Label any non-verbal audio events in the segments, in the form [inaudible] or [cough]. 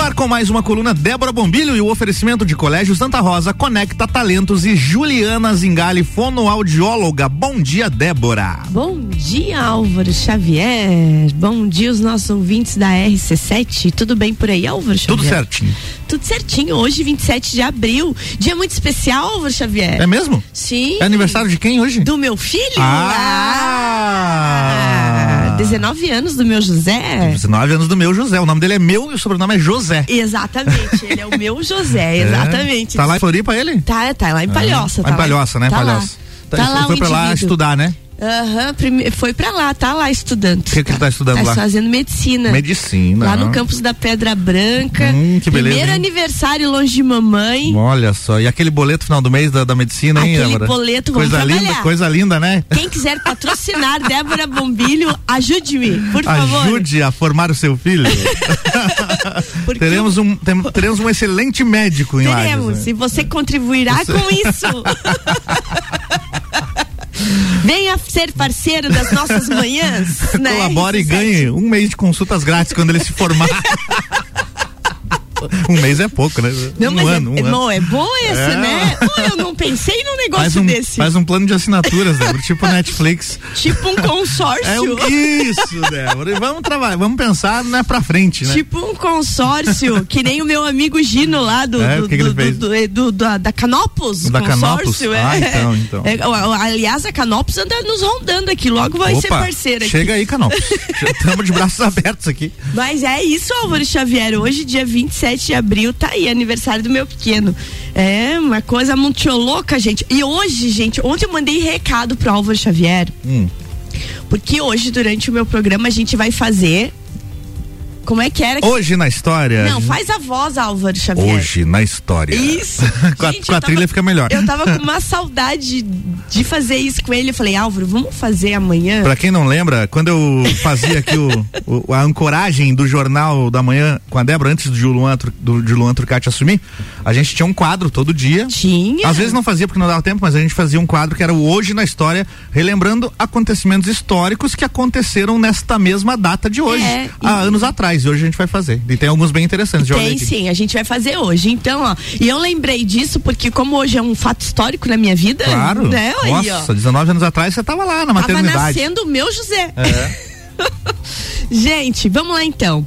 ar com mais uma coluna Débora Bombilho e o oferecimento de Colégio Santa Rosa, Conecta Talentos e Juliana Zingali, fonoaudióloga. Bom dia, Débora. Bom dia, Álvaro Xavier. Bom dia, os nossos ouvintes da RC7. Tudo bem por aí, Álvaro Xavier? Tudo certinho. Tudo certinho. Hoje, 27 de abril. Dia muito especial, Álvaro Xavier. É mesmo? Sim. É aniversário de quem hoje? Do meu filho? Ah! Ah, 19 anos do meu José. 19 anos do meu José. O nome dele é meu e o sobrenome é José. Exatamente, ele é o meu José, exatamente. [laughs] É. Tá lá em Floripa ele? Tá, tá lá em Palhoça. Lá em lá- Palhoça, né? Tá Palhoça. Lá. Tá, ele lá foi o pra lá indivíduo. estudar, né? Aham, prime- foi pra lá, tá lá estudando. O que que ele tá estudando lá? fazendo medicina. Medicina. É Lá no campus da Pedra Branca. Hum, que beleza, Primeiro hein? aniversário longe de mamãe. Olha só, e aquele boleto final do mês da, da medicina, hein, Aquele Débora? boleto, vamos coisa linda, trabalhar. coisa linda, né? Quem [laughs] quiser patrocinar Débora Bombilho, ajude-me, por favor. Ajude a formar o seu [laughs] filho. Porque teremos, um, tem- teremos um excelente médico em teremos. Lages, E né? você contribuirá com isso. [laughs] Venha ser parceiro das nossas manhãs. né? Colabore e RC7. ganhe um mês de consultas grátis quando ele se [laughs] formar. um mês é pouco, né? Não, um mas ano, é, um ano. não, é bom esse, É. né? Pô, eu não pensei num negócio Faz um, desse. faz um plano de assinaturas, Débora, [laughs] tipo Netflix. Tipo um [laughs] É consórcio. um, isso, Débora. E vamos trabalhar, vamos pensar né, pra frente, né? Tipo [laughs] um consórcio, que nem o meu amigo Gino lá do, É, do- o que que ele do- fez? do- do- do- da, da Canopus. Da consórcio, Canopus? é. Ah, então, então. É, o- o- aliás, a Canopus anda nos rondando aqui, logo vai ser Opa, parceira aqui. Chega aí, Canal. [laughs] Estamos de braços abertos aqui. Mas é isso, Álvaro Xavier. Hoje, dia 27 de abril, tá aí, aniversário do meu pequeno. É uma coisa muito louca, gente. E hoje, gente, ontem eu mandei recado pro Álvaro Xavier. Hum. Porque hoje, durante o meu programa, a gente vai fazer. Como é que era? Hoje na história. Não, faz a voz, Álvaro Xavier. é. Hoje na história. Isso. [laughs] Com a- Gente, com a eu tava- trilha fica melhor. Eu tava com uma saudade de fazer isso com ele. Eu falei, Álvaro, vamos fazer amanhã? Pra quem não lembra, quando eu fazia aqui o, o- a ancoragem do Jornal da Manhã com a Débora, antes de o Luan, Tru- do, de Luan Turcati assumir, a gente tinha um quadro todo dia. Tinha. Às vezes não fazia porque não dava tempo, mas a gente fazia um quadro que era o Hoje na História, relembrando acontecimentos históricos que aconteceram nesta mesma data de hoje, É, há e- anos atrás. E hoje a gente vai fazer. E tem alguns bem interessantes. eu olhei Tem aqui. sim, a gente vai fazer hoje. Então, ó, e eu lembrei disso porque como hoje é um fato histórico na minha vida, Claro. né? Aí, ó. Nossa, 19 anos atrás você tava lá na Tava maternidade. nascendo o meu José. É. [laughs] Gente, vamos lá então.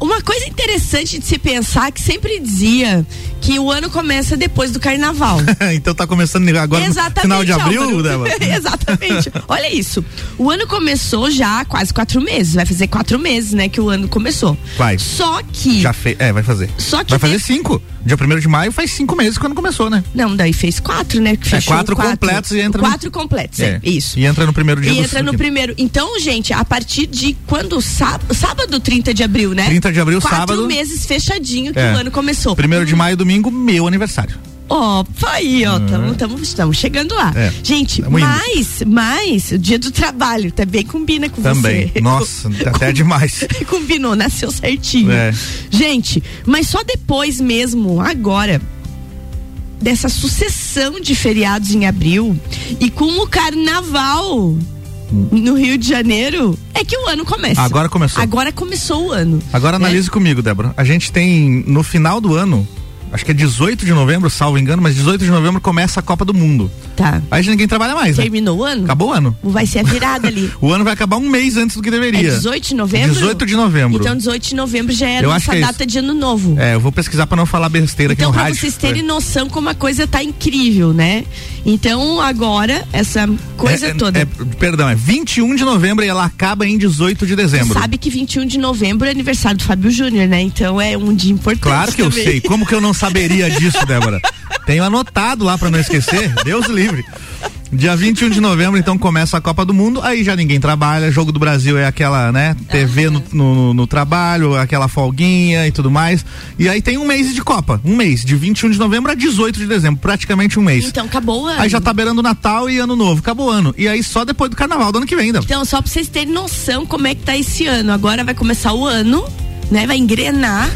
Uma coisa interessante de se pensar que sempre dizia que o ano começa depois do carnaval. [laughs] então tá começando agora no Exatamente. final de abril, né, Álvaro. [laughs] Débora. Exatamente. Olha isso. O ano começou já há quase quatro meses. Vai fazer quatro meses, né, que o ano começou. Vai. Só que. Já fez. É, vai fazer. Só que vai fazer de- cinco. Dia 1 de maio faz cinco meses quando começou, né? Não, daí fez quatro, né? que fechou É, quatro completos e entra no- Quatro completos, é. Isso. E entra no primeiro dia E do entra no segundo. primeiro. Então, gente, a partir de quando? Sábado, sábado 30 de abril, né? 30 de abril, Quatro sábado. meses fechadinho que É. o ano começou. Primeiro de maio, domingo, meu aniversário. Ó, aí, ó, tamo, tamo, tamo chegando lá. Uhum. É. Gente, Tamo indo. mas, mas, o dia do trabalho também combina com Também. [laughs] você. Nossa, até demais. [laughs] Combinou, nasceu certinho. É. Gente, mas só depois mesmo, agora, dessa sucessão de feriados em abril e com o carnaval no Rio de Janeiro, é que o ano começa. Agora começou. Agora né? começou o ano. Agora analise comigo, Débora. A gente tem no final do ano, acho que é 18 de novembro, salvo engano, mas 18 de novembro começa a Copa do Mundo. Tá. Aí ninguém trabalha mais, né? Terminou o ano? Acabou o ano. Vai ser a [laughs] virada ali. O ano vai acabar um mês antes do que É deveria. 18 de novembro? 18 de novembro. Então, 18 de novembro já é a Eu acho nossa que é data de ano novo. É, eu vou pesquisar pra não falar besteira Então, aqui no pra rádio. né? vocês terem noção como a coisa tá incrível, né? Então, agora, essa coisa É, é, toda. é, perdão, é 21 de novembro e ela acaba em 18 de dezembro. Sabe que 21 de novembro é aniversário do Fábio Júnior, né? Então é um dia importante. Claro que eu também. sei. Como que eu não saberia disso, Débora? Tenho anotado lá pra não esquecer. Deus livre. Dia 21 de novembro, então, começa a Copa do Mundo. Aí já ninguém trabalha. Jogo do Brasil é aquela, né? TV Ah, é. no, no- no trabalho, aquela folguinha e tudo mais. E aí tem um mês de Copa. Um mês. De 21 de novembro a 18 de dezembro. Praticamente um mês. Então acabou o ano. Aí já tá beirando Natal e Ano Novo. Acabou o ano. E aí só depois do Carnaval do ano que vem, Débora. Então, só pra vocês terem noção como é que tá esse ano. Agora vai começar o ano, né? Vai engrenar.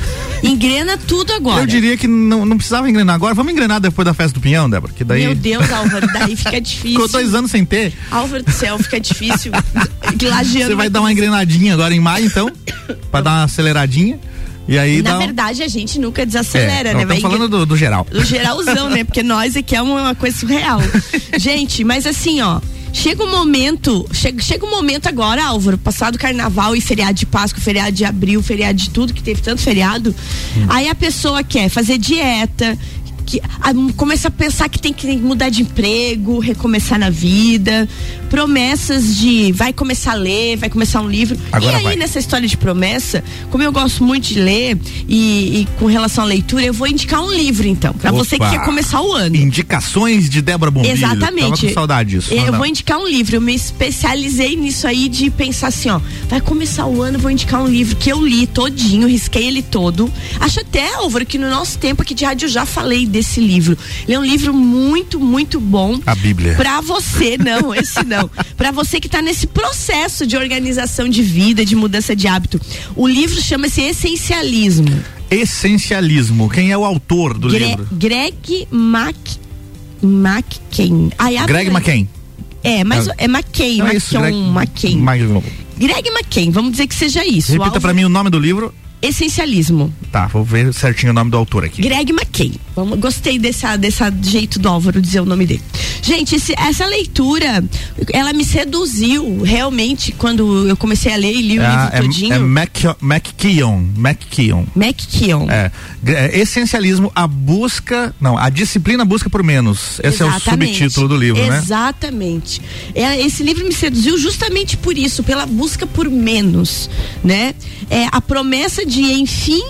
Engrena tudo agora. Eu diria que não, não precisava engrenar agora. Vamos engrenar depois da festa do Pinhão, Débora? Que daí Meu Deus, Álvaro, [laughs] daí fica ficou difícil. dois anos sem ter. Álvaro do céu, [laughs] fica difícil. Lajeando [coughs] Você vai dar uma engrenadinha agora em maio, então? pra dar uma aceleradinha. E aí Na dá um- verdade, a gente nunca desacelera, É, né? não, Vai Estamos falando do, do geral. do geralzão, né? Porque nós aqui é uma uma coisa surreal. Gente, mas assim, ó. Chega um momento, chega, chega um momento agora, Álvaro, passado carnaval e feriado de Páscoa, feriado de abril, feriado de tudo, que teve tanto feriado. Aí a pessoa quer fazer dieta, que, a- começa a pensar que tem que mudar de emprego, recomeçar na vida, promessas de vai começar a ler, vai começar um livro. Agora e aí, vai. nessa história de promessa, como eu gosto muito de ler e, e com relação à leitura, eu vou indicar um livro, então, pra você que Opa. quer começar o ano. Indicações de Débora Bombilho. Tava Exatamente. com saudade disso. Eu Manda. vou indicar um livro, eu me especializei nisso aí de pensar assim, ó, vai começar o ano, vou indicar um livro que eu li todinho, risquei ele todo. Acho até, Álvaro, que no nosso tempo aqui de rádio eu já falei desse livro. Ele é um livro muito, muito bom. A Bíblia. Pra [laughs] você, não, esse não. Pra você que tá nesse processo de organização de vida, de mudança de hábito. O livro chama-se Essencialismo. Essencialismo. Quem é o autor do Gre- livro? Greg Mac McCain. Ai, abre Greg aí. McKen. É, mas é McCain, Não McCain, é isso, Greg McCain. Mag- Greg McCain, vamos dizer que seja isso. O Repita Álvaro- pra mim o nome do livro. Essencialismo. Tá, vou ver certinho o nome do autor aqui. Greg McKay. Vamos- Gostei dessa, dessa jeito do Álvaro dizer o nome dele. Gente, esse- essa leitura, ela me seduziu realmente quando eu comecei a ler e li o Ah, livro todinho. é, é Mac- McKeown. McKeown. McKeown. É, Gre- é, essencialismo, a busca, não, a disciplina busca por menos. Esse é o Exatamente. subtítulo do livro, né? Exatamente. É, esse livro me seduziu justamente por isso, pela busca por menos, né? É a promessa de, enfim,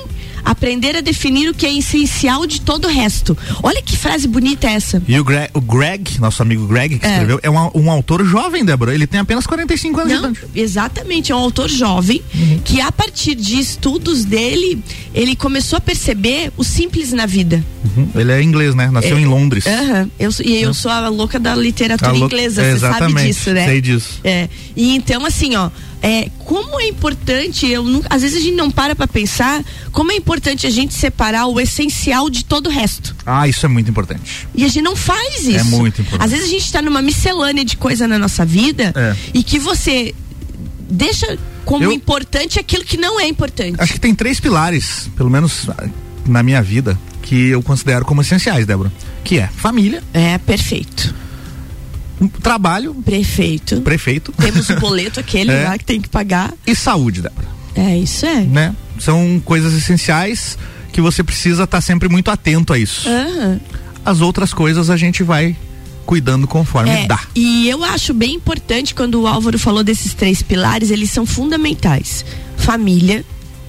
aprender a definir o que é essencial de todo o resto. Olha que frase bonita essa. E o Greg, o Greg, nosso amigo Greg, que É. escreveu, é um, um autor jovem, Débora. Ele tem apenas 45 anos de Não, idade. exatamente, é um autor jovem que a partir de estudos dele, ele começou a perceber o simples na vida. Uhum, Ele é inglês, né? Nasceu em Londres. Aham. Eu sou- e eu sou a louca da literatura A lou- inglesa, É, você sabe exatamente, disso, né? Sei disso. É. E então, assim, ó, é, como é importante, eu nunca- às vezes a gente não para pra pensar, como é importante a gente separar o essencial de todo o resto. Ah, isso é muito importante. E a gente não faz isso. É muito importante. Às vezes a gente tá numa miscelânea de coisa na nossa vida É. e que você deixa como Eu- importante aquilo que não é importante. Acho que tem três pilares, pelo menos ah, na minha vida, que eu considero como essenciais, Débora. Que é família, É, perfeito. um trabalho, Perfeito. prefeito Temos o boleto aquele [laughs] É. lá que tem que pagar. e saúde, Débora. É, isso é. Né? São coisas essenciais que você precisa estar sempre muito atento a isso. Aham. As outras coisas a gente vai cuidando conforme É, dá. E eu acho bem importante quando o Álvaro falou desses três pilares, eles são fundamentais. Família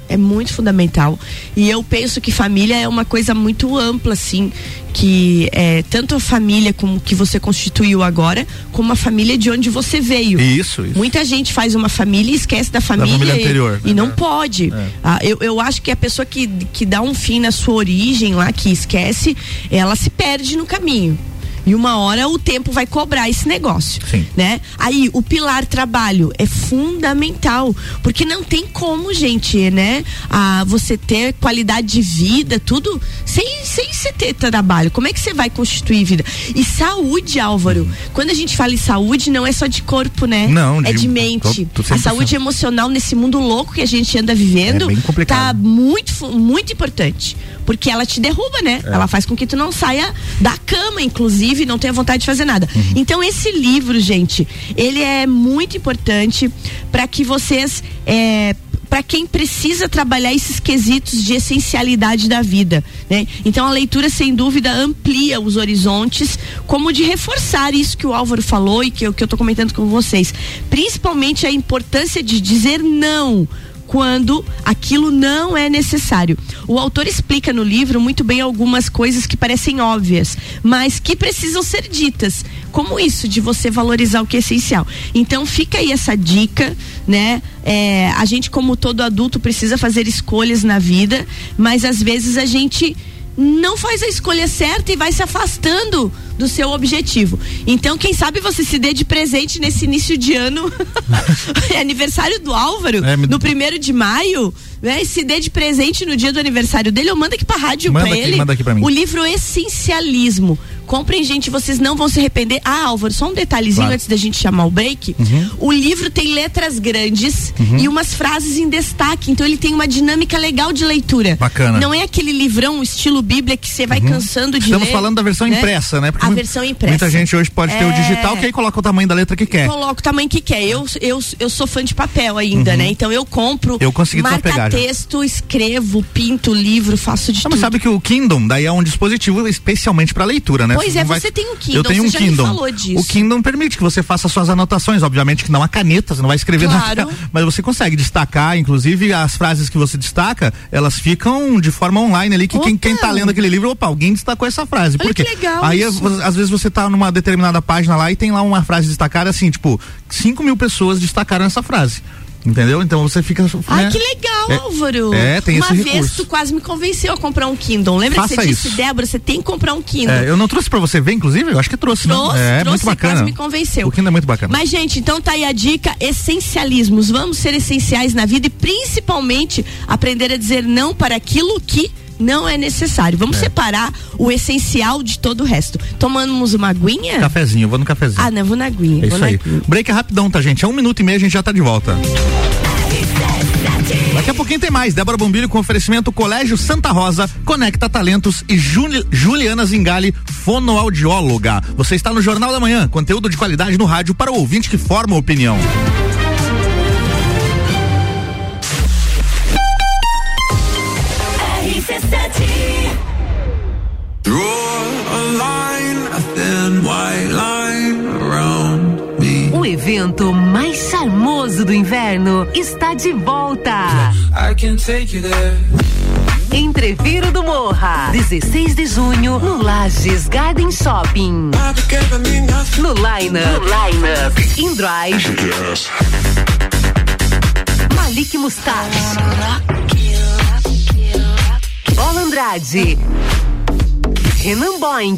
é muito fundamental. E eu penso que família é uma coisa muito ampla, assim, que é tanto a família como que você constituiu agora, como a família de onde você veio. Isso, isso. Muita gente faz uma família e esquece da família, família e- anterior, e, né? não É. pode. Ah, eu, eu acho que a pessoa que, que dá um fim na sua origem lá, que esquece, ela se perde no caminho. E uma hora o tempo vai cobrar esse negócio, Sim. né? Aí o pilar trabalho é fundamental, porque não tem como, gente, né? Ah, você ter qualidade de vida, tudo sem sem você ter trabalho. Como é que você vai constituir vida? E saúde, Álvaro. Uhum. Quando a gente fala em saúde, não é só de corpo, né? Não, é de- um, de mente. tô- tô a 100%. saúde emocional nesse mundo louco que a gente anda vivendo É bem complicado. tá muito fu- muito importante, porque ela te derruba, né? Ela faz com que tu não saia da cama, inclusive, e não tenha vontade de fazer nada. Então esse livro, gente, ele é muito importante para que vocês é, para quem precisa trabalhar esses quesitos de essencialidade da vida, né? Então a leitura sem dúvida amplia os horizontes, como de reforçar isso que o Álvaro falou e que eu, que eu tô comentando com vocês, principalmente a importância de dizer não quando aquilo não é necessário. O autor explica no livro muito bem algumas coisas que parecem óbvias, mas que precisam ser ditas, como isso de você valorizar o que é essencial. Então fica aí essa dica, né? É, a gente como todo adulto precisa fazer escolhas na vida, mas às vezes a gente não faz a escolha certa e vai se afastando do seu objetivo. Então, quem sabe você se dê de presente nesse início de ano, [laughs] É aniversário do Álvaro, É, me- no primeiro de maio, né? E se dê de presente no dia do aniversário dele, ou manda aqui pra rádio Manda pra aqui, ele. manda aqui pra mim. O livro Essencialismo. Comprem, gente, vocês não vão se arrepender. Ah, Álvaro, só um detalhezinho Claro. antes da gente chamar o break. Uhum. O livro tem letras grandes e umas frases em destaque. Então ele tem uma dinâmica legal de leitura. Bacana. Uhum. Não é aquele livrão estilo Bíblia que você vai cansando de Estamos ler, falando da versão né? impressa, né? a mu- versão impressa. Muita gente hoje pode ter o É. digital, que aí coloca o tamanho da letra que quer. Coloco o tamanho que quer. Eu, eu, eu sou fã de papel ainda, né? Então eu compro, Uhum. Eu consegui marca desapegar já. texto, escrevo, pinto livro, faço de Não, tudo. mas sabe que o Kindle daí é um dispositivo especialmente para leitura, né? Pois é, não você tem um Kindle, Eu tenho você um já me Kindle. falou disso. O Kindle permite que você faça suas anotações, obviamente que não há caneta, você não vai escrever Claro. nada, mas você consegue destacar, inclusive as frases que você destaca, elas ficam de forma online ali que quem, quem tá Opa. lendo aquele livro, opa, alguém destacou essa frase. Olha Por quê? que legal Aí isso. vo- às vezes você tá numa determinada página lá e tem lá uma frase destacada assim, tipo, 5 mil pessoas destacaram essa frase. Entendeu? Então você fica. Ai, né? que legal, É- Álvaro. é, tem Uma esse vez recurso. tu quase me convenceu a comprar um Kindle. Lembra que Faça você disse, isso. Débora, você tem que comprar um Kindle. É, eu não trouxe pra você ver, inclusive? Eu acho que trouxe, não. Trouxe, É, muito trouxe, bacana. quase me convenceu. O Kindle é muito bacana. Mas, gente, então tá aí a dica: essencialismos. Vamos ser essenciais na vida e principalmente aprender a dizer não para aquilo que não é necessário. Vamos separar o essencial de todo o resto. Tomamos uma aguinha? Cafezinho, eu vou no cafezinho. Ah, não, eu vou na aguinha. Tá. é vou isso na aí. aguinha. Break é rapidão, tá, gente? É um minuto e meio, a gente já tá de volta. Daqui a pouquinho tem mais. Débora Bombilho com oferecimento Colégio Santa Rosa, Conecta Talentos e Juli- Juliana Zingali, fonoaudióloga. Você está no Jornal da Manhã, conteúdo de qualidade no rádio para o ouvinte que forma opinião. Draw a line, a thin white line around me. O evento mais charmoso do inverno está de volta. I can take you there. Entreviro do Morra, 16 de junho, no Lages Garden Shopping. I've been giving me nothing. No Line no Lineup, Indrive, Malik Mustache, Bola Andrade, Renan Boing,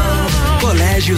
Colégio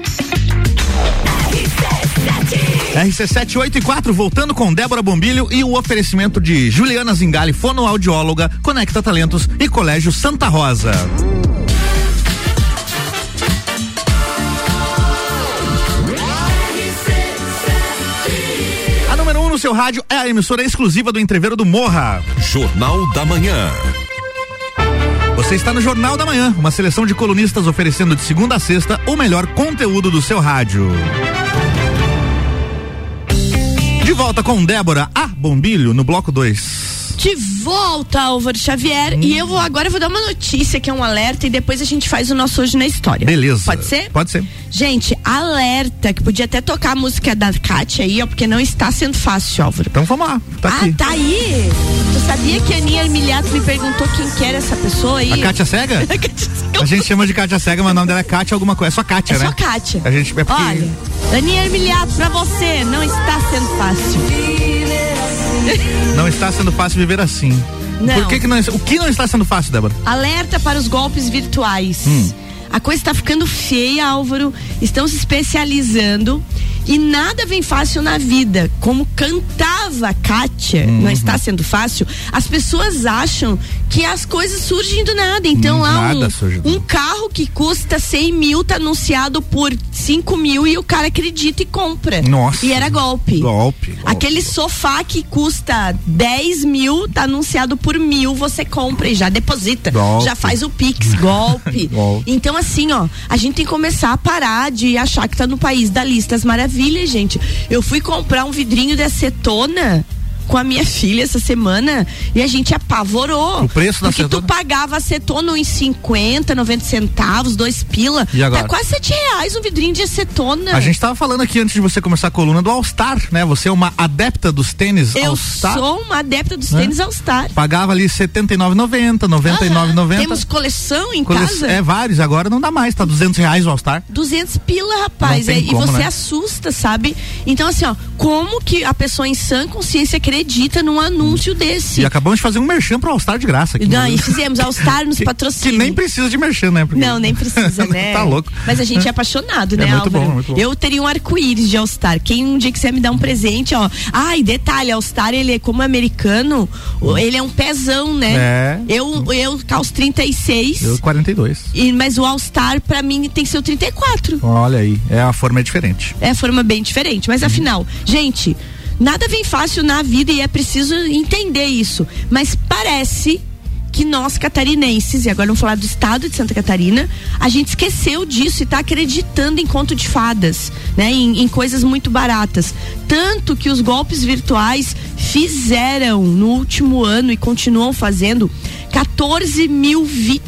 RC784, voltando com Débora Bombilho e o oferecimento de Juliana Zingali, fonoaudióloga, Conecta Talentos e Colégio Santa Rosa. A número 1 um no seu rádio é a emissora exclusiva do Entreveiro do Morra. Jornal da Manhã. Você está no Jornal da Manhã, uma seleção de colunistas oferecendo de segunda a sexta o melhor conteúdo do seu rádio. De volta com Débora A. Bombilho no bloco 2. De volta, Álvaro Xavier. E eu vou agora eu vou dar uma notícia que é um alerta e depois a gente faz o nosso hoje na história. Beleza. Pode ser? Pode ser. Gente, alerta, que podia até tocar a música da Kátia aí, ó, porque não está sendo fácil, Álvaro. Então vamos lá. Tá ah, aqui. tá aí? Tu sabia que a Aninha Armiliato me perguntou quem que era essa pessoa aí? A [laughs] Kátia Cega? Eu- A gente chama de Kátia Cega, mas o nome dela é Kátia alguma coisa. É só Kátia, É né? só Kátia. A gente é porque... Olha, Aninha Armiliato, pra você, não está sendo fácil. Não está sendo fácil viver assim. Não. Por que, que não, o que não está sendo fácil, Débora? Alerta para os golpes Hum. tá virtuais. A coisa está ficando feia, Álvaro. Estão se especializando E nada vem fácil na vida. Como cantava a Kátia, Uhum. não está sendo fácil, as pessoas acham que as coisas surgem do nada. Então Hum, há nada surge do um, um carro que custa 100 mil, tá anunciado por 5 mil e o cara acredita e compra. Nossa. E era golpe. Golpe, golpe. Aquele sofá que custa 10 mil, tá anunciado por mil, você compra e já deposita. Golpe. Já faz o [laughs] Pix, golpe. Golpe. Então, assim, ó, a gente tem que começar a parar de achar que tá no país da lista das maravilhas, gente. Eu fui comprar um vidrinho de acetona com a minha filha essa semana e a gente apavorou. O preço da Porque tu acetona? pagava acetona uns 50, 90 centavos, dois pila. E agora? Tá quase 7 reais um vidrinho de acetona. A gente tava falando aqui antes de você começar a coluna do All Star, né? Você é uma adepta dos tênis Eu All Star. sou uma adepta dos Hã? tênis All Star. Pagava ali R$ 79,90, R$ 99,90. Temos coleção em Cole- casa? É, vários, agora não dá mais, tá 200 reais o All Star. 200 pila, rapaz. Não tem é, como, e você né? assusta, sabe? Então, assim, ó, como que a pessoa em sã consciência acredita num anúncio desse? Hum. E acabamos de fazer um merchan pro All Star de graça aqui. né? Não, e fizemos All Star [laughs] nos Que- patrocina. Que nem precisa de merchan, né? Porque- Não, nem precisa, [laughs] né? tá louco. Mas a gente é apaixonado, né, [laughs] É muito bom, Álvaro? muito bom. Eu teria um arco-íris de All-Star. Quem um dia quiser me dar um presente, ó. Ah, e detalhe, All-Star, ele é como americano, o- ele é um pezão, né? É. Eu, eu calço 36, Eu 42. e, mas o All-Star, pra mim, tem que ser o 34. Olha aí, é a forma é diferente. É forma bem diferente. Mas afinal, gente, nada vem fácil na vida e é preciso entender isso. Mas parece que nós catarinenses, e agora vamos falar do estado de Santa Catarina, a gente esqueceu disso e tá acreditando em conto de fadas, né? Em, em coisas muito baratas. Tanto que os golpes virtuais fizeram no último ano e continuam fazendo 14 mil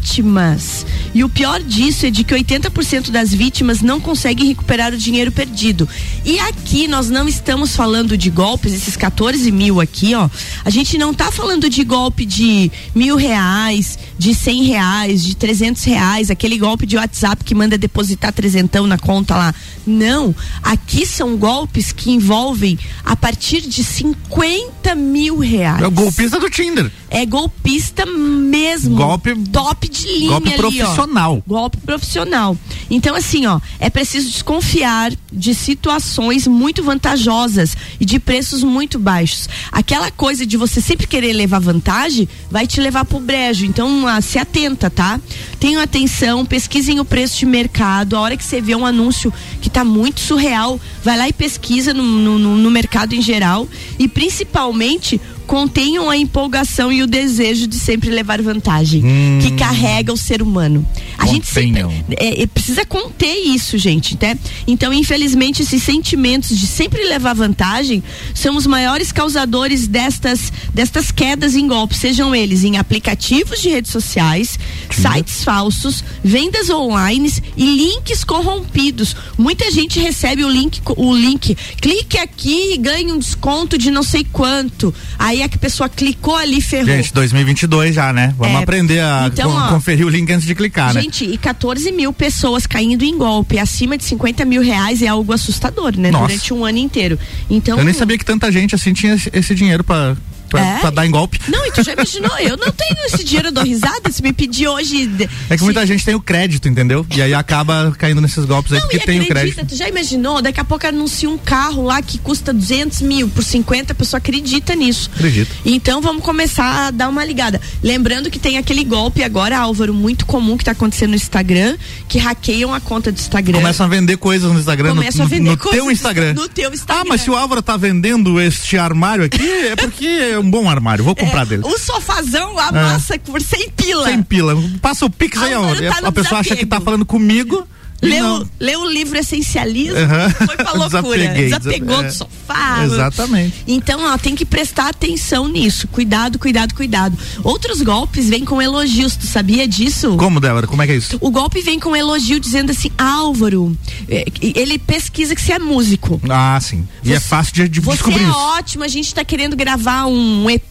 vítimas. E o pior disso é de que 80% das vítimas não conseguem recuperar o dinheiro perdido. E aqui nós não estamos falando de golpes, esses 14 mil aqui, ó. A gente não tá falando de golpe de mil reais, de cem reais, de trezentos reais, aquele golpe de WhatsApp que manda depositar trezentão na conta lá. Não. Aqui são golpes que envolvem a partir de 50 mil reais. É o golpista do [laughs] Tinder. É golpista mesmo. Golpe- top de linha golpe ali, profissional. Ó. Golpe profissional. Então assim, ó, é preciso desconfiar de situações muito vantajosas e de preços muito baixos. Aquela coisa de você sempre querer levar vantagem vai te levar pro brejo. Então, ah, se atenta, tá? Tenham atenção, pesquisem o preço de mercado. A hora que você vê um anúncio que tá muito surreal, vai lá e pesquisa no, no- no- no mercado em geral e principalmente contenham a empolgação e o desejo de sempre levar vantagem que carrega o ser humano. A gente sempre Contenham. é, é, precisa conter isso, gente, né? Então, infelizmente, esses sentimentos de sempre levar vantagem são os maiores causadores destas, destas quedas em golpes, sejam eles em aplicativos de redes sociais, sites falsos, vendas online e links corrompidos. Muita gente recebe o link, co- o link, clique aqui e ganhe um desconto de não sei quanto. Aí é a pessoa clicou ali, ferrou. Gente, 2022 já, né? Vamos É. aprender a Então, con- ó. conferir o link antes de clicar, né? Gente, e 14 mil pessoas caindo em golpe acima de 50 mil reais é algo assustador, né? Nossa. Durante um ano inteiro. Então. Eu nem sabia que tanta gente assim tinha esse- esse dinheiro pra, pra, É? pra dar em golpe. Não, e tu já imaginou? Eu não tenho esse dinheiro, eu dou risada. Se me pedir hoje. É que se- muita gente tem o crédito, entendeu? E aí acaba caindo nesses golpes aí Não, porque e tem o acredita, é. crédito. tu já imaginou? Daqui a pouco anuncia um carro lá que custa 200 mil por 50, a pessoa acredita nisso. Acredito. Então vamos começar a dar uma ligada. Lembrando que tem aquele golpe agora, Álvaro, muito comum que tá acontecendo no Instagram, que hackeiam a conta do Instagram. Começam a vender coisas no Instagram, no, Começam a no- vender no coisas teu Instagram. no teu Instagram. Ah, mas se o Álvaro tá vendendo este armário aqui, é porque é um bom armário, vou comprar dele. É, É. O sofazão, a massa por 100 pila. Sem pila. Passa o Pix aí, Álvaro Álvaro. tá no a pessoa acha que desapego. tá falando comigo. e Leu, não. leu o livro Essencialismo, Aham. foi pra [laughs] loucura. Desapeguei, Desapegou é. do sofá. Exatamente. Então, ó, tem que prestar atenção nisso. Cuidado, cuidado, cuidado. Outros golpes vêm com elogios, tu sabia disso? Como, Débora? Como é que é isso? O golpe vem com elogio dizendo assim, Álvaro, eh, ele pesquisa que você é músico. Ah, sim. e é fácil de, de Você descobrir é isso. ótimo, a gente tá querendo gravar um EP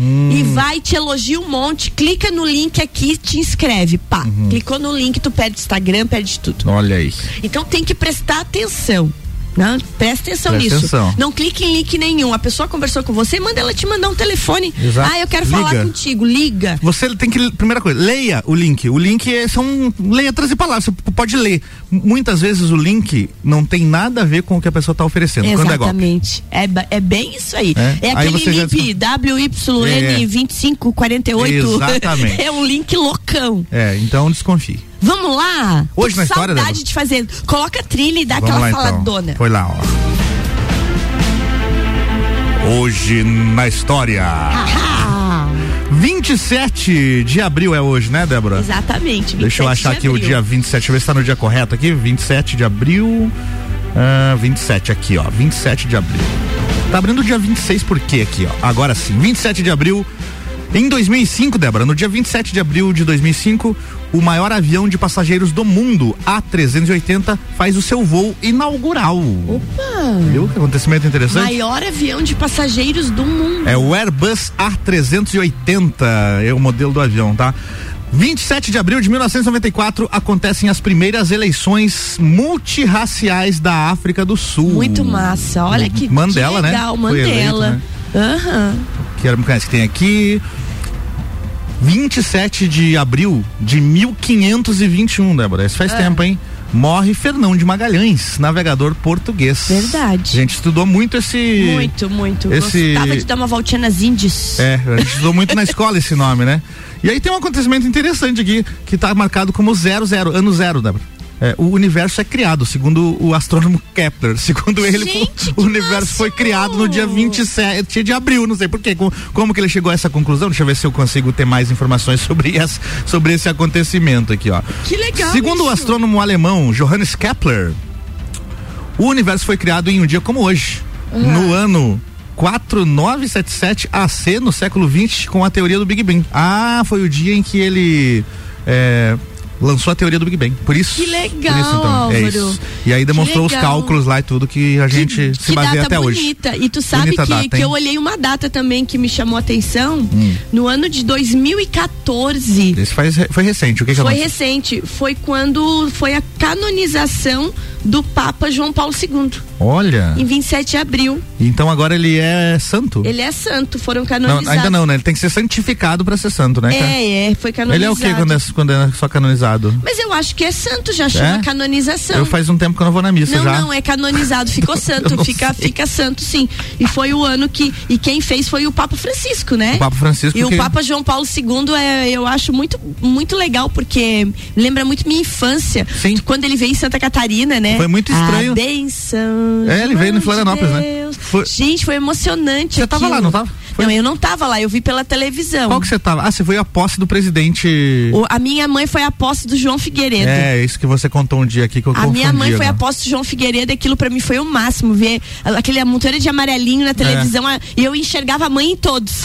Hum. e vai, te elogia um monte, clica no link aqui e te inscreve. Pá, Uhum. clicou no link, tu perde Instagram, perde tudo. Olha aí. Então tem que prestar atenção. Né? Presta atenção Presta nisso. atenção. Não clique em link nenhum. A pessoa conversou com você, manda ela te mandar um telefone. Exato. Ah, eu quero falar Liga. contigo. Liga. Você tem que. Primeira coisa, leia o link. O link é, são letras e palavras. Você p- pode ler. M- Muitas vezes o link não tem nada a ver com o que a pessoa está oferecendo. Quando é golpe. Exatamente. É, ba- é bem isso aí. É? É, Aí aquele você já É. link WYN2548. Exatamente. [laughs] É um link loucão. É, então desconfie. Vamos lá. Hoje Tô na com história, Débora? saudade de fazer. Coloca a trilha e dá Vamos aquela lá faladona. então. Foi lá, ó. Hoje na história. 27 de abril é hoje, né, Débora? Exatamente. Deixa eu 27 achar de aqui o abril. dia 27, deixa eu ver se tá no dia correto aqui. 27 de abril. Ah, 27 aqui, ó. 27 de abril. Tá abrindo o dia 26 por quê aqui, ó? Agora sim, 27 de abril. Em 2005, Débora, no dia 27 de abril de 2005, o maior avião de passageiros do mundo, A380, faz o seu voo inaugural. Opa! Viu que acontecimento interessante? Maior avião de passageiros do mundo. É o Airbus A380, é o modelo do avião, tá? 27 de abril de 1994 acontecem as primeiras eleições multirraciais da África do Sul. Muito massa. Olha que, É. Mandela, que né? legal. Foi eleito, Mandela. né? Aham. Que era mais que tem aqui. 27 de abril de 1521, Débora. Isso faz É. tempo, hein? Morre Fernão de Magalhães, navegador português. Verdade. A gente estudou muito esse. Muito, muito. Esse- Gostava de dar uma voltinha nas índices. É, a gente usou muito na escola esse nome, né? E aí tem um acontecimento interessante aqui, que tá marcado como zero, zero, ano zero, Débora. É, o universo é criado, segundo o astrônomo Kepler. [laughs] Segundo ele, Gente, o que universo foi máximo! criado no dia 27 de abril, não sei porquê. Como, como que ele chegou a essa conclusão? Deixa eu ver se eu consigo ter mais informações sobre, essa, sobre esse acontecimento aqui, ó. Que legal Segundo o isso. astrônomo alemão Johannes Kepler, o universo foi criado em um dia como hoje, Uhum. no ano 4977 AC, no século 20, com a teoria do Big Bang. Ah, foi o dia em que ele é, lançou a teoria do Big Bang. Por isso. Que legal, por isso, então, é Álvaro. isso. E aí Que demonstrou os legal. cálculos lá e tudo que a gente se que baseia data até hoje. bonita. E tu sabe Bonita que, data, que hein? Hum. eu olhei uma data também que me chamou a atenção. No ano de 2014. Esse faz, foi recente. O que, que Foi aconteceu? recente. Foi quando foi a canonização do Papa João Paulo II, Olha. em 27 de abril. Então agora ele é santo? Ele é santo, foram não, canonizados. ainda não, né? Ele tem que ser santificado pra ser santo, né? cara? É, é, foi canonizado. Ele é o que quando é, quando é só canonizado? Mas eu acho que é santo, já chama É? canonização. Eu faz um tempo que eu não vou na missa Então, Não, já. não, é [laughs] canonizado, ficou santo, não fica, sei. fica santo sim. E foi o ano que, e quem fez foi o Papa Francisco, né? O Papa [laughs] Francisco E o que- Papa João Paulo II, é, eu acho muito, muito legal, porque lembra muito minha infância. Sim. Quando ele veio em Santa Catarina, né? Foi muito estranho. A benção. É, ele veio no de Florianópolis, né? Deus. Foi- Gente, foi emocionante. Você tava aquilo. lá, não tava? Foi? Não, eu não tava lá, eu vi pela televisão. Qual que você tava? Ah, você foi a posse do presidente. O- a minha mãe foi a posse do João Figueiredo. É, né? isso que você contou um dia aqui que eu A confundi. minha mãe foi a agora. posse do João Figueiredo e aquilo pra mim foi o máximo. Ver aquele a montoeira de amarelinho É. na televisão a- e eu enxergava a mãe em todos.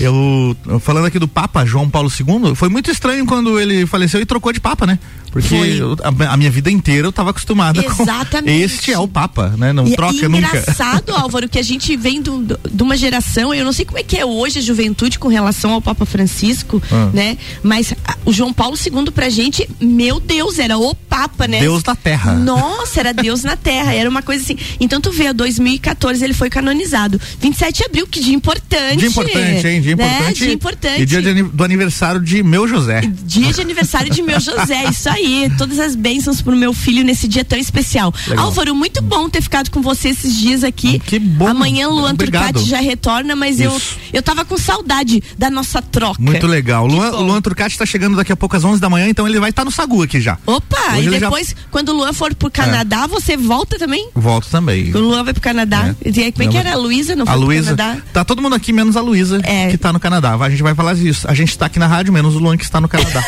Eu, eu falando aqui do Papa João Paulo II, foi muito estranho quando ele faleceu e trocou de Papa, né? Porque Foi. eu- a, a minha vida inteira eu tava acostumada com. Exatamente. Este é o Papa, né? Não E- troca e nunca. [laughs] engraçado, Álvaro, que a gente vem do- do- de uma geração, eu não sei como é que é hoje a juventude com relação ao Papa Francisco, Ah. né? Mas a- o João Paulo II pra gente, meu Deus, era o Papa, né? Deus da Terra. Nossa, era Deus na Terra, era uma coisa assim. Então tu vê, 2014 ele foi canonizado. 27 de abril, que dia importante. Dia importante, hein? Dia Né? importante. Dia importante. E dia de ani- do aniversário de meu José. Dia de aniversário de [laughs] meu José, isso aí. Todas as bênçãos pro meu filho nesse dia tão especial. Legal. Ah, Álvaro, muito bom ter ficado com você esses dias aqui. Que bom. Amanhã Luan Obrigado. Turcati já retorna, mas eu, Isso. eu tava com saudade da nossa troca. Muito legal. Que Luan, bom. o Luan Turcati tá chegando daqui a pouco às 11 da manhã, então ele vai estar no Sagu aqui já. Opa, Hoje ele e já- É. depois, quando o Luan for pro Canadá, você volta também? Volto também. O Luan vai pro Canadá. É. E aí, como é que Não, era? A Luísa não A foi Luísa. pro [laughs] Canadá? Tá todo mundo aqui, menos a Luísa, É. que tá no Canadá. Vai, A gente vai falar disso. A gente tá aqui na rádio, menos o Luan que está no [laughs] Canadá.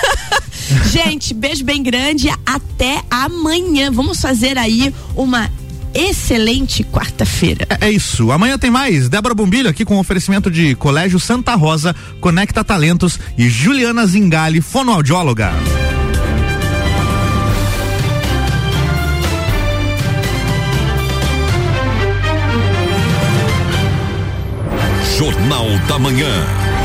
Gente, beijo bem grande. Até amanhã. Vamos fazer aí uma excelente quarta-feira. é, é isso. Amanhã tem mais. Débora Bombilho aqui com oferecimento de Colégio Santa Rosa, Conecta Talentos e Juliana Zingali, fonoaudióloga. Jornal da Manhã.